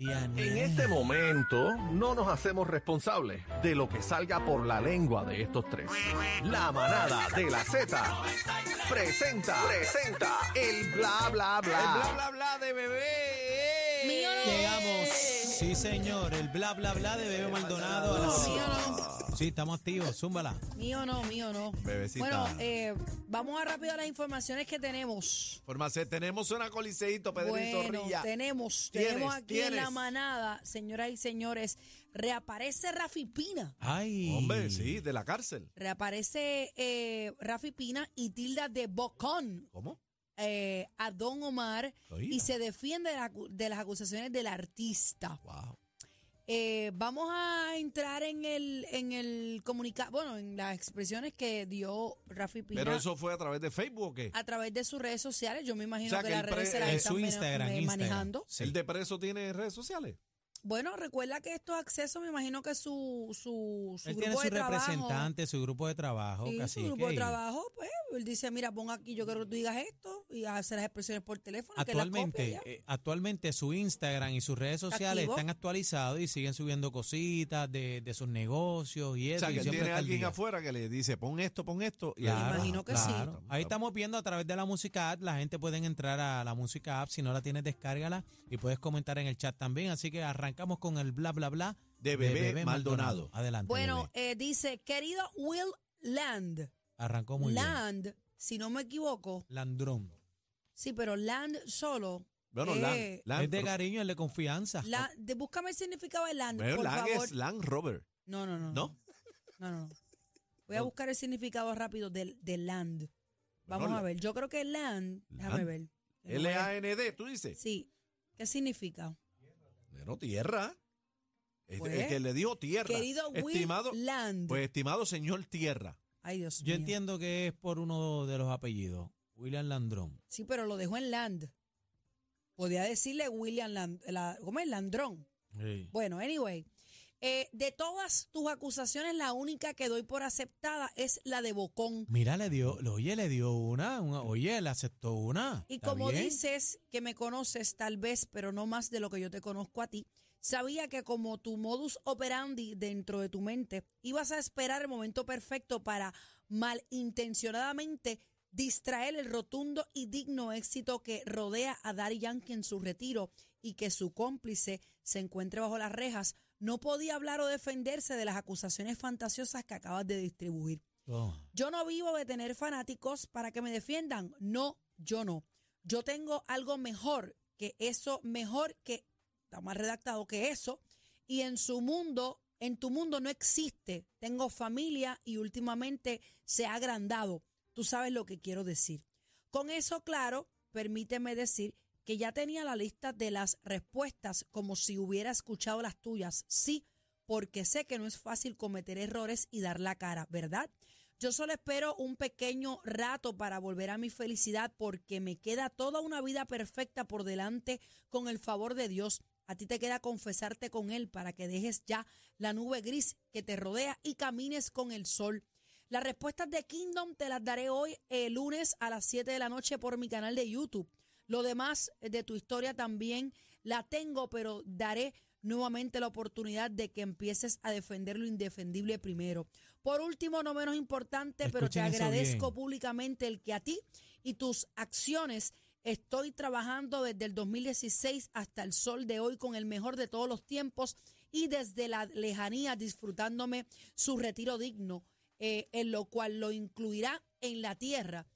En este momento no nos hacemos responsables de lo que salga por la lengua de estos tres. La manada de la Z presenta, presenta el bla bla bla. bla bla bla de eh. bebé. Llegamos. Sí, señor. El bla bla bla de Bebé Maldonado. a las- Mío no, Sí, estamos activos. Zúmbala. mío no, mío no. Bebecita. Bueno, eh, vamos a rápido a las informaciones que tenemos. Forma C, tenemos una coliseíto, Pedrito Bueno, Rilla. tenemos, Tienes, tenemos aquí en la tienes. manada, señoras y señores, reaparece Rafi Pina. Ay. Hombre, sí, de la cárcel. Reaparece eh, Rafi Pina y tilda de Bocón ¿Cómo? eh, a Don Omar y Oiga. se defiende de, la acu- de las acusaciones del artista. Wow. Eh, vamos a entrar en el, en el comunicado, bueno, en las expresiones que dio Rafi Pina. Pero eso fue a través de Facebook o qué? a través de sus redes sociales. Yo me imagino O sea, que, que las el pre- redes se las eh, están su mane- Instagram, eh, Instagram. manejando. Sí. ¿El de preso tiene redes sociales? Bueno, recuerda que estos accesos, me imagino que su, su, su Él grupo tiene su de trabajo. representante, su grupo de trabajo. Sí, cacique, su grupo de y trabajo, pues, él dice, mira, pon aquí, yo quiero que tú digas esto y hace las expresiones por teléfono. que la copia Actualmente, ya. eh, actualmente su Instagram y sus redes sociales activo. están actualizados y siguen subiendo cositas de, de sus negocios y O eso. sea, y que él siempre tiene está al alguien día. afuera que le dice, pon esto, pon esto. Y Claro, ahí- imagino que sí. claro. Ahí estamos viendo a través de la música app. La gente puede entrar a la música app. Si no la tienes, descárgala y puedes comentar en el chat también. Así que arrancamos con el bla, bla, bla. De Bebé Maldonado. Adelante. Bueno, Bebé. eh, dice, querido Will Land, arrancó muy bien. Land, si no me equivoco, Landrón. sí, pero Land solo. Bueno, eh, Lan, Lan- es de cariño, es de confianza. la- de- búscame el significado de Land, Bueno, por Lan favor. Ah. es Lan Robert. No, no, no. ¿No? No, no, no. Voy a buscar el significado rápido del de land. Vamos Bueno, a ver. Yo creo que land. Déjame land. ver. Que no vaya- L-A-N-D, tú dices. Sí. ¿Qué significa? Bueno, tierra. Es- Pues, el que le dijo tierra. Querido Will estimado, Land. Pues estimado señor tierra. Ay, Dios Yo mío. entiendo que es por uno de los apellidos. William Landrón. Sí, pero lo dejó en land. Podía decirle William Land. la- ¿Cómo es? Landrón. Bueno, anyway. Eh, de todas tus acusaciones, la única que doy por aceptada es la de Bocón. Mira, le dio, lo- oye, le dio una, una- oye, le aceptó una. Y Está como bien. dices que me conoces tal vez, pero no más de lo que yo te conozco a ti, sabía que como tu modus operandi dentro de tu mente, ibas a esperar el momento perfecto para malintencionadamente distraer el rotundo y digno éxito que rodea a Daddy Yankee en su retiro y que su cómplice se encuentre bajo las rejas, no podía hablar o defenderse de las acusaciones fantasiosas que acabas de distribuir. Toma. Yo no vivo de tener fanáticos para que me defiendan. No, yo no. Yo tengo algo mejor que eso, mejor que, está más redactado que eso. Y en su mundo, en tu mundo no existe. Tengo familia y últimamente se ha agrandado. Tú sabes lo que quiero decir. Con eso claro, permíteme decir que ya tenía la lista de las respuestas como si hubiera escuchado las tuyas. Sí, porque sé que no es fácil cometer errores y dar la cara, ¿verdad? Yo solo espero un pequeño rato para volver a mi felicidad porque me queda toda una vida perfecta por delante con el favor de Dios. A ti te queda confesarte con Él para que dejes ya la nube gris que te rodea y camines con el sol. Las respuestas de Kingdom te las daré hoy, el lunes a las 7 de la noche por mi canal de YouTube. Lo demás eh, de tu historia también la tengo, pero daré nuevamente la oportunidad de que empieces a defender lo indefendible primero. Por último, no menos importante, pero te Escuchen eso agradezco bien. públicamente el que a ti y tus acciones estoy trabajando desde el 2016 hasta el sol de hoy con el mejor de todos los tiempos y desde la lejanía disfrutándome su retiro digno, eh, en lo cual lo incluirá en la tierra.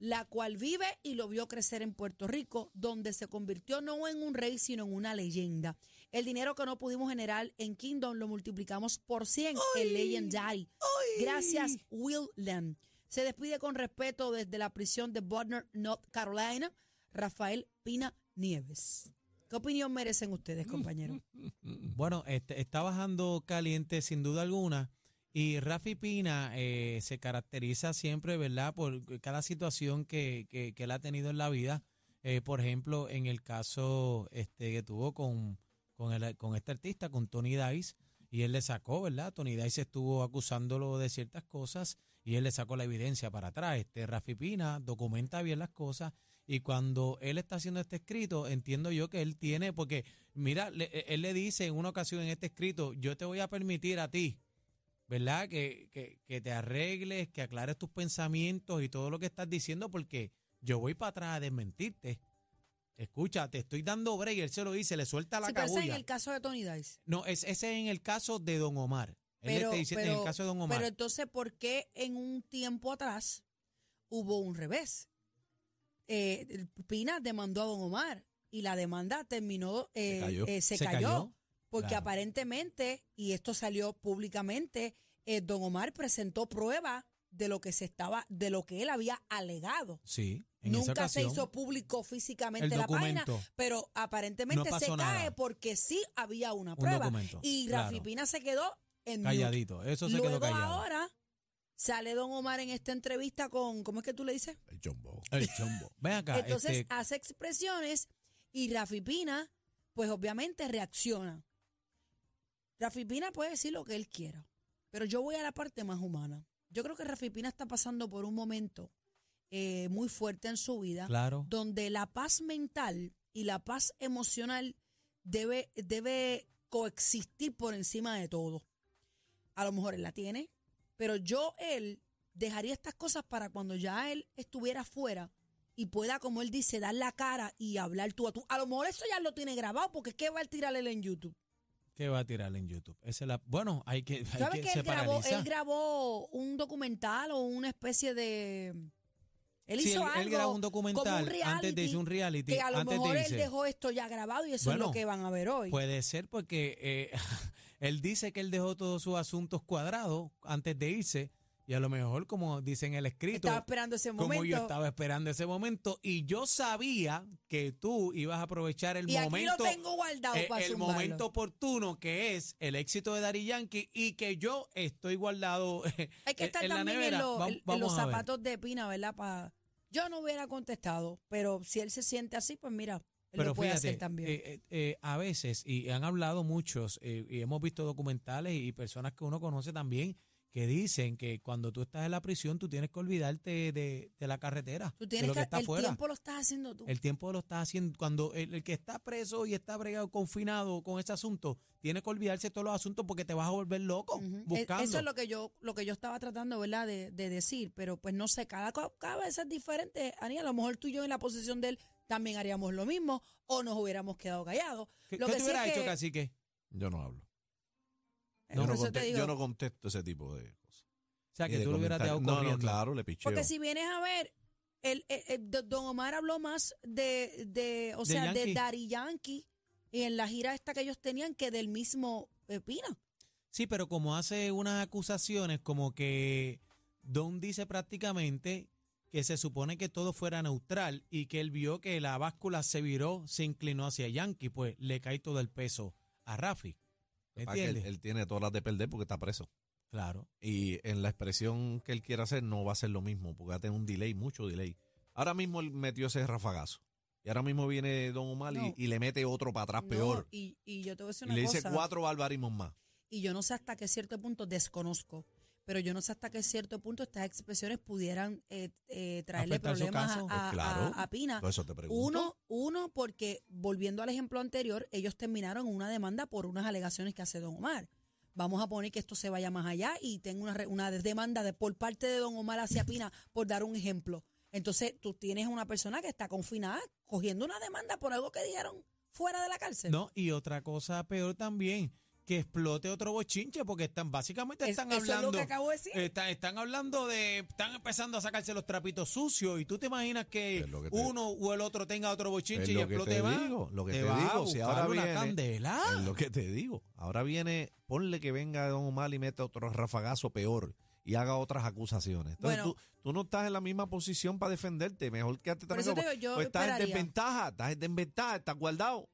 la cual vive y lo vio crecer en Puerto Rico, donde se convirtió no en un rey, sino en una leyenda. El dinero que no pudimos generar en Kingdom lo multiplicamos por 100 en Legendary. Gracias, William. Se despide con respeto desde la prisión de Butner, North Carolina, Rafael Pina Nieves. ¿Qué opinión merecen ustedes, Mm. compañeros? Bueno, este, está bajando caliente sin duda alguna. Y Rafi Pina eh, se caracteriza siempre, ¿verdad? Por cada situación que, que- que él ha tenido en la vida. Eh, por ejemplo, en el caso este, que tuvo con, con, el- con este artista, con Tony Dice, y él le sacó, ¿verdad? Tony Dice estuvo acusándolo de ciertas cosas y él le sacó la evidencia para atrás. Este Rafi Pina documenta bien las cosas y cuando él está haciendo este escrito, entiendo yo que él tiene, porque mira, le- e, él le dice en una ocasión en este escrito, yo te voy a permitir a ti, ¿verdad? Que, que, que te arregles, que aclares tus pensamientos y todo lo que estás diciendo, porque yo voy para atrás a desmentirte. Escucha, te estoy dando break, él se lo dice, le suelta la Si cabulla. pensás en el caso de Tony Dice. No, es, ese es en el caso de Don Omar. Él Pero- está diciendo en pero- el caso de Don Omar. Pero entonces, ¿por qué en un tiempo atrás hubo un revés? Eh, el Pina demandó a Don Omar y la demanda terminó, eh, eh, se cayó, cayó. ¿Se cayó? porque Claro. aparentemente, y esto salió públicamente, eh, Don Omar presentó prueba de lo que se estaba, de lo que él había alegado. Sí, en esa Nunca se ocasión. hizo público físicamente El la página, documento. pero aparentemente No se pasó cae nada. porque sí había una Un prueba. documento, y claro. Rafi Pina se quedó en mute. calladito. Eso se Luego quedó callado. ahora sale Don Omar en esta entrevista con, ¿cómo es que tú le dices? El chombo. El chombo. Ven acá. Entonces este, hace expresiones y Rafi Pina, pues obviamente reacciona. Rafi Pina puede decir lo que él quiera, pero yo voy a la parte más humana. Yo creo que Rafi Pina está pasando por un momento eh, muy fuerte en su vida, claro. donde la paz mental y la paz emocional debe, debe coexistir por encima de todo. A lo mejor él la tiene, pero yo, él, dejaría estas cosas para cuando ya él estuviera fuera y pueda, como él dice, dar la cara y hablar tú a tú. A lo mejor eso ya lo tiene grabado, porque ¿qué va a tirar él en YouTube? ¿Qué va a tirar en YouTube? Esa es la, bueno, hay que, hay que, ¿Sabes que se él grabó, paraliza. él grabó un documental o una especie de... Él Sí, hizo él- algo él grabó un como documental antes de reality irse un reality. que a lo antes mejor de él irse. dejó esto ya grabado y eso es lo Bueno, que van a ver hoy. Puede ser porque eh, él dice que él dejó todos sus asuntos cuadrados antes de irse y a lo mejor, como dice en el escrito, estaba esperando ese como yo momento. estaba esperando ese momento y yo sabía que tú ibas a aprovechar el y aquí momento lo tengo guardado eh, para el zumbarlo. momento oportuno que es el éxito de Dari Yankee y que yo estoy guardado Hay que estar eh, en la también nevera. en, lo- Va- en- en vamos los a ver. zapatos de Pina, ¿verdad? Pa- yo no hubiera contestado, pero si él se siente así, pues mira, él lo puede hacer también. eh, eh, eh, a veces, y han hablado muchos, eh, y hemos visto documentales y personas que uno conoce también, que dicen que cuando tú estás en la prisión, tú tienes que olvidarte de, de la carretera, tú de tienes lo que, que está el afuera. tiempo lo estás haciendo tú. El tiempo lo está haciendo. Cuando el, el que está preso y está bregado, confinado con ese asunto, tiene que olvidarse de todos los asuntos porque te vas a volver loco Ujú. E- buscando. Eso es lo que yo lo que yo estaba tratando, ¿verdad? De, de decir, pero pues no sé, cada, co- cada vez es diferente. Ani, a lo mejor tú y yo en la posición de él también haríamos lo mismo o nos hubiéramos quedado callados. ¿Qué, lo qué que te sí hubiera es hecho, que- cacique? Yo no hablo. Eh, yo, por no eso te conte- digo, yo no contesto ese tipo de cosas. O sea, Ni que de tú lo hubieras dejado comentario. No, corriendo. no, claro, le picheo. Porque si vienes a ver, el, el- el- do- Don Omar habló más de, de o De sea, de Yankee. Daddy Yankee en la gira esta que ellos tenían que del mismo eh, Pina. Sí, pero como hace unas acusaciones, como que Don dice prácticamente que se supone que todo fuera neutral y que él vio que la báscula se viró, se inclinó hacia Yankee, pues le cae todo el peso a Rafi. Para que él- ¿Entiendes? él, tiene todas las de perder porque está preso. claro. Y en la expresión que él quiera hacer no va a ser lo mismo porque va a tener un delay, mucho delay. Ahora mismo él metió ese rafagazo. Y ahora mismo viene Don Omar y- No. y, le mete otro para atrás No, Ah, peor. y, y yo te voy a decir Y una le cosa. dice cuatro barbarismos más. y yo no sé hasta qué cierto punto desconozco, pero yo no sé hasta qué cierto punto estas expresiones pudieran eh, eh, traerle Afectar su problemas caso. a, Pues a- claro. a- a Ah, Pina. Todo eso te pregunto. Uno, uno, porque volviendo al ejemplo anterior, ellos terminaron en una demanda por unas alegaciones que hace Don Omar. Vamos a poner que esto se vaya más allá y tenga una, re- una demanda de, por parte de Don Omar hacia Pina, por dar un ejemplo. Entonces, tú tienes una persona que está confinada cogiendo una demanda por algo que dijeron fuera de la cárcel. No, y otra cosa peor también, que explote otro bochinche, porque están básicamente Es- están eso es lo hablando. Eh, que acabo de decir. está- están hablando de. Están empezando a sacarse los trapitos sucios y tú te imaginas que, Es lo que te- uno o el otro tenga otro Es bochinche y lo que explote te más. digo, lo que te te va a digo, si buscar ahora una viene- candela. Es lo que te digo. Ahora viene, ponle que venga Don Omar y meta otro rafagazo peor y haga otras acusaciones. Entonces Bueno. tú, tú no estás en la misma posición para defenderte. Mejor quédate Por eso tranquilo. te digo, yo Pues estás en esperaría. desventaja, estás en desventaja, estás guardado.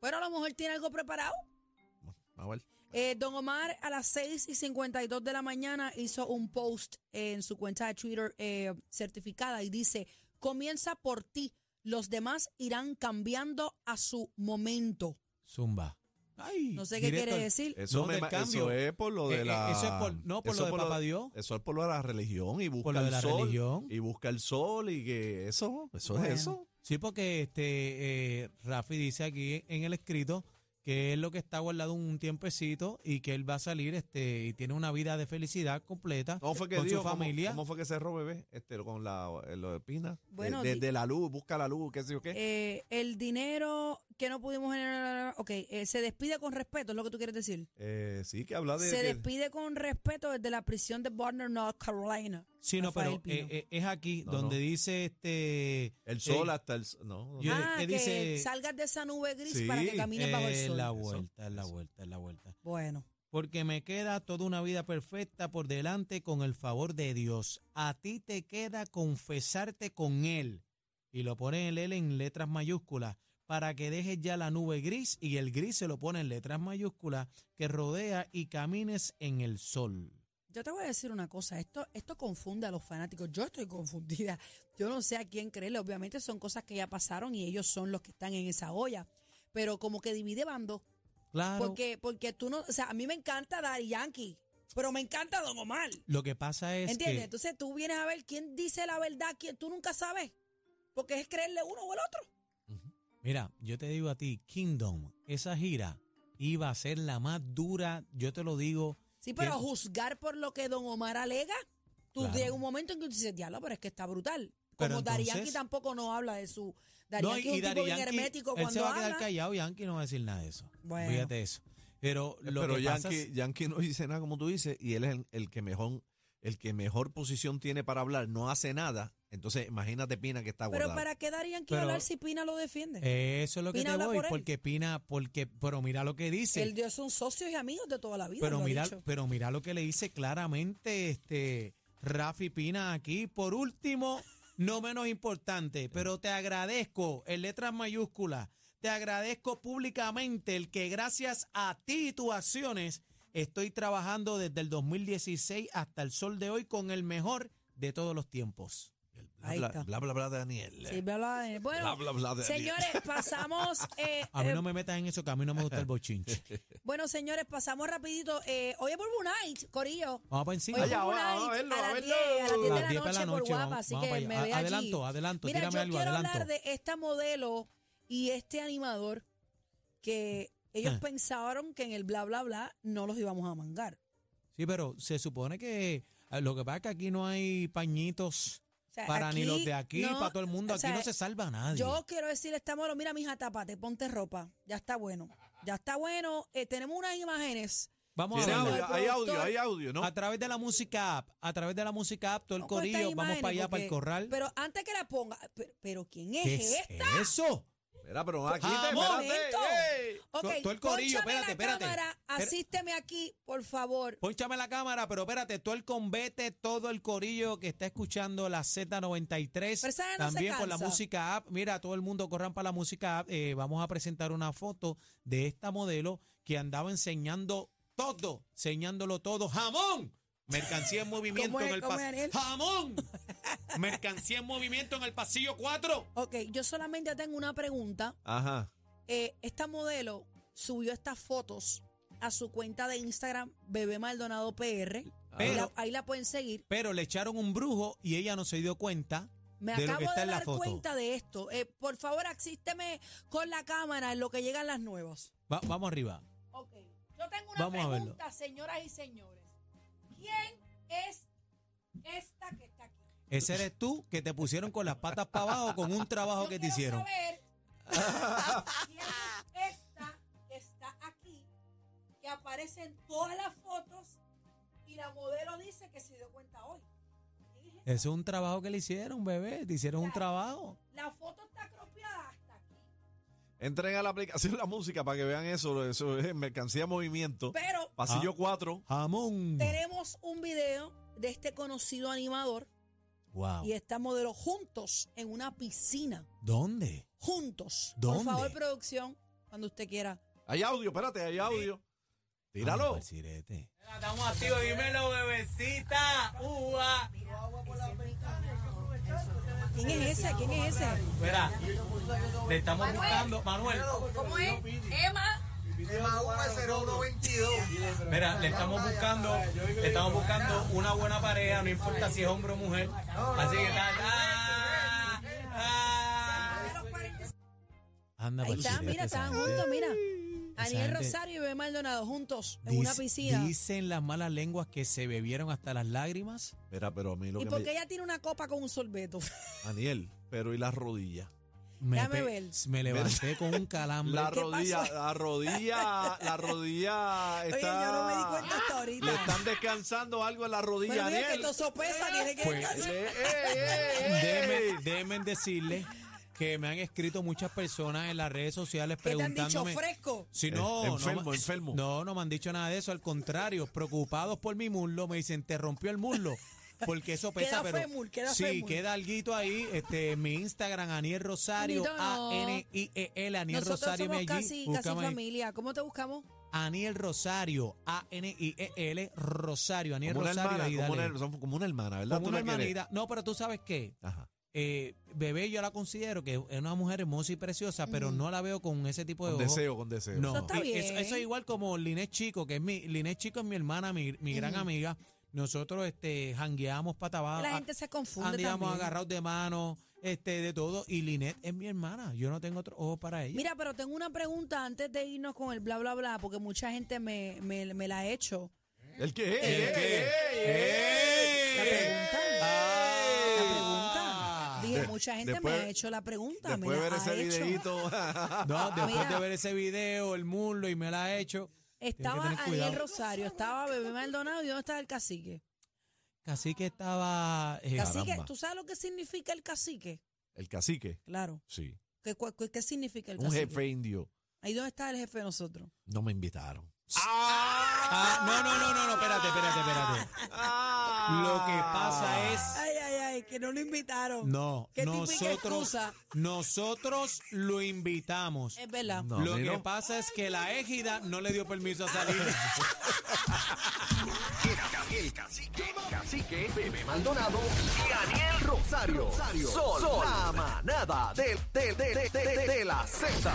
Pero a lo mejor tiene algo preparado. A ver. Eh, Don Omar a las 6 y 52 de la mañana hizo un post en su cuenta de Twitter eh, certificada y dice, comienza por ti, los demás irán cambiando a su momento. Zumba. Ay, No sé qué directo quiere al- decir. Eso, No, me del ma- eso cambio. es por lo Eh, de eh, la. eso es por- no, por eso lo de es Papá Dios. Eso es por lo de la religión y busca lo de el la sol. religión. Y busca el sol y que eso, eso Bueno. es eso. Sí, porque este eh, Rafi dice aquí en el escrito que es lo que está guardado un tiempecito y que él va a salir este y tiene una vida de felicidad completa ¿Cómo fue que con dijo? su ¿Cómo- familia. ¿Cómo, fue que cerró, bebé? Este, con la, eh, lo de Pina. Eh, Bueno, Desde di- la luz, busca la luz, qué sé yo qué. Eh, el dinero que no pudimos generar, ok, eh, se despide con respeto, es lo que tú quieres decir. Eh, sí, que Ah, habla de. Se que- despide con respeto desde la prisión de Barnard, North Carolina. Sí, no, pero Rafael Pino. eh, eh, es aquí No, donde no. dice este El sol eh, hasta el. s- No, no, yo- no. ah, ¿qué que dice? salgas de esa nube gris Sí, para que camines bajo el eh, sol. la Eso, vuelta, es la eso. vuelta, es la vuelta. Bueno, Porque me queda toda una vida perfecta por delante con el favor de Dios. A ti te queda confesarte con Él. Y lo pone el L en letras mayúsculas para que dejes ya la nube gris y el gris se lo pone en letras mayúsculas que rodea y camines en el sol. yo te voy a decir una cosa, esto, esto confunde a los fanáticos, yo estoy confundida, yo no sé a quién creerle, obviamente son cosas que ya pasaron y ellos son los que están en esa olla, pero como que divide bandos, Claro. porque, porque tú no, o sea, a mí me encanta Daddy Yankee, pero me encanta Don Omar. lo que pasa es ¿Entiendes? que Entonces tú vienes a ver quién dice la verdad, quién tú nunca sabes. Porque es creerle uno o el otro. Mira, yo te digo a ti, Kingdom, esa gira iba a ser la más dura, yo te lo digo, Sí, pero ¿Quién? juzgar por lo que Don Omar alega, tú Claro. llega un momento en que tú dices, diablo, pero es que está brutal. Pero Como Dari Yankee entonces- tampoco no habla de su. Dari Yankee es un Daddy tipo bien Yankee, hermético él se cuando va a quedar habla. callado, Yankee no va a decir nada de eso. Bueno. Fíjate eso. Pero lo Pero que pasa Yankee, es- Yankee no dice nada, como tú dices, y él es el, el que mejor. El que mejor posición tiene para hablar no hace nada. Entonces, imagínate Pina que está Pero guardado. para qué Dari Yankee Pero- eh, hablar si Pina lo defiende. Eso es lo que Pina te habla voy, por él. porque Pina, porque, pero mira lo que dice. El Dios son socios y amigos de toda la vida. pero lo ha mira, dicho. pero mira lo que le dice claramente este Rafi Pina aquí. Por último, no menos importante, pero te agradezco en letras mayúsculas. Te agradezco públicamente el que gracias a ti y tus acciones estoy trabajando desde el 2016 hasta el sol de hoy con el mejor de todos los tiempos. Ahí bla, está. bla, bla, bla, bla, Daniel. Sí, bla, bla, de- Bueno, Bla, bla, bla de señores, pasamos. eh, A mí eh, no me metas en eso, que a mí no me gusta el bochinche. Bueno, señores, pasamos rapidito. Eh, hoy es Bourbon Night, Corillo. Vamos para Hoy encima. es Allá, Bourbon vamos, Night vamos a verlo, a a las 10 verlo. a las 10 de la Las 10 noche para la por noche, guapa, vamos- así vamos que para allá. me A- ve adelanto, allí. adelanto, Mira, tírame yo algo, quiero hablar adelanto. de esta modelo y este animador que ellos Ah. pensaron que en el bla, bla, bla no los íbamos a mangar. Sí, pero se supone que eh, lo que pasa es que aquí no hay pañitos O sea, para ni aquí los de aquí, no- para todo el mundo. o Aquí sea, no se salva a nadie. Yo quiero decirle a esta modelo, mira, mija, tapate, ponte ropa. Ya está bueno. Ya está bueno. Eh, tenemos unas imágenes. Vamos a Tiene Vamos a verlo. audio, verlo. hay Doctor. audio, hay audio, ¿no? A través de la música app, a través de la música app, todo el Vamos con estas corillo, vamos para imágenes, allá, para el porque- corral. Pero antes que la ponga, pero, pero ¿quién es, ¿Qué es esta? eso? Espera, pero aquí te, Jamón. espérate. Ah, Momento. ey. Ok, Todo el corillo, pónchame espérate, la espérate. cámara, Espera- asísteme aquí, por favor. Pónchame la cámara, pero espérate, todo el convete, todo el corillo que está escuchando la Pero esa Z93, no se también por la cansa. música app. Mira, todo el mundo corran para la música app. Eh, vamos a presentar una foto de esta modelo que andaba enseñando todo, enseñándolo todo. ¡Jamón! Mercancía en movimiento ¿Cómo es? en el ¿Cómo es, pasillo. Ariel? ¡Jamón! Mercancía en movimiento en el pasillo 4. Ok, yo solamente tengo una pregunta. Ajá. Eh, esta modelo subió estas fotos a su cuenta de Instagram, Bebé Maldonado PR. Pero- La- ahí la pueden seguir. Pero le echaron un brujo y ella no se dio cuenta Me de lo acabo que de está en la dar foto. cuenta de esto. Eh, por favor, asísteme con la cámara en lo que llegan las nuevas. Va- vamos arriba. Ok. Yo tengo una Vamos a verlo. pregunta, señoras y señores. ¿Quién es esta que está aquí? Ese eres tú que te pusieron con las patas para abajo con un trabajo Yo que te hicieron. quiero saber quién es esta que está aquí, aparecen todas las fotos y la modelo dice que se dio cuenta hoy. ¿Quién es esa? Es un trabajo que le hicieron, bebé. Te hicieron un Claro. trabajo. La foto está cropiada hasta aquí. Entren a la aplicación la música para que vean eso. Eso es mercancía movimiento. Pero Ah. Pasillo 4. Jamón. tenemos un video de este conocido animador Wow. y esta modelo juntos en una piscina. ¿Dónde? Juntos. ¿Dónde? Por favor, producción, cuando usted quiera. Hay audio, espérate, hay audio. Anda Tíralo. pa'l sirete. Estamos activos, dímelo, bebecita. Uva. ¿Quién es ese? ¿Quién es ese? Mira, te estamos buscando, Manuel. ¿Cómo es? Emma. Mira, le estamos buscando, le estamos buscando una buena pareja, no importa si es hombre o mujer. Así que está. ah, ah. Anda Ahí pa'l está, sirete, esa mira, estaban gente. juntos, mira. Daniel gente- Rosario y Bebé Maldonado juntos en Dic- una piscina. Dicen las malas lenguas que se bebieron hasta las lágrimas. Mira, pero a mí lo ¿Y que por qué me... ella tiene una copa con un sorbeto? Daniel, pero y las rodillas. Me, Déjame pe- ver. me levanté con un calambre. La ¿qué rodilla, pasó? la rodilla, la rodilla Oye, está... yo no me di cuenta hasta Le ahorita. están descansando algo en la rodilla, Pero mira que Daniel. esto sopesa, tiene que Pues, descansar. Eh, eh, eh, eh. Déjenme déjenme decirles que me han escrito muchas personas en las redes sociales ¿Qué te han dicho preguntándome. fresco? Si no, Eh, no enfermo, ma- enfermo. No, no me han dicho nada de eso. Al contrario, preocupados por mi muslo, me dicen, te rompió el muslo. Porque eso pesa, Queda pero. fémur, queda sí, fémur. queda alguito ahí. Este, mi Instagram, Aniel Rosario, Anito, no. A-N-I-E-L, E Aniel Nosotros Rosario somos me casi, allí. casi búscame ahí. familia. ¿Cómo te buscamos? Aniel Rosario, A-N-I-E-L, E Rosario, Aniel Como una Rosario. hermana, ahí, como dale. una, son como una hermana, ¿verdad? Como Tú una la quieres. hermanita. No, pero tú sabes qué. Ajá. Eh, bebé, yo la considero que es una mujer hermosa y preciosa, pero no la veo con ese tipo de Con ojos. deseo, con deseo. No, Eso está y Eso, bien. eso es igual como Linet Chico, que es mi, Linet Chico es mi hermana, mi, mi gran amiga. Nosotros este jangueamos pata abajo. La gente se confunde Andíamos también. agarrados de mano, este, de todo. Y Linet es mi hermana. Yo no tengo otro ojo para ella. Mira, pero tengo una pregunta antes de irnos con el bla, bla, bla, porque mucha gente me, me, me la ha hecho. ¿El qué? ¿El Eh, qué? eh, La eh, eh. pregunta. La pregunta. Dije, Ah. De- mucha gente después- me ha hecho la pregunta. Después de me ver la ha ese hecho. videíto. No, después ah, Mira. de ver ese video, el muslo y me la ha hecho. Estaba tener Daniel cuidado. Rosario, estaba Bebé Maldonado y ¿dónde estaba el cacique? Casi que estaba. eh, Cacique, caramba. ¿tú sabes lo que significa el cacique? El cacique. Claro. Sí. ¿Qué, cu- cu- qué significa el Un cacique? jefe indio. Ahí dónde está el jefe de nosotros. No me invitaron. Ah, no, no, no, no, no, espérate, espérate, espérate. Lo Ah. que pasa es. Ay, ay, ay, que no lo invitaron. No, ¿Qué típica nosotros, excusa? Eh, nosotros lo invitamos. Es verdad. No, lo a mí que no. pasa es que la égida no le dio permiso a salir. El, ca- el cacique, cacique, Bebé Maldonado y Daniel Rosario. Rosario. Sol, Sol, la manada de, de, de, de, de, de la Z.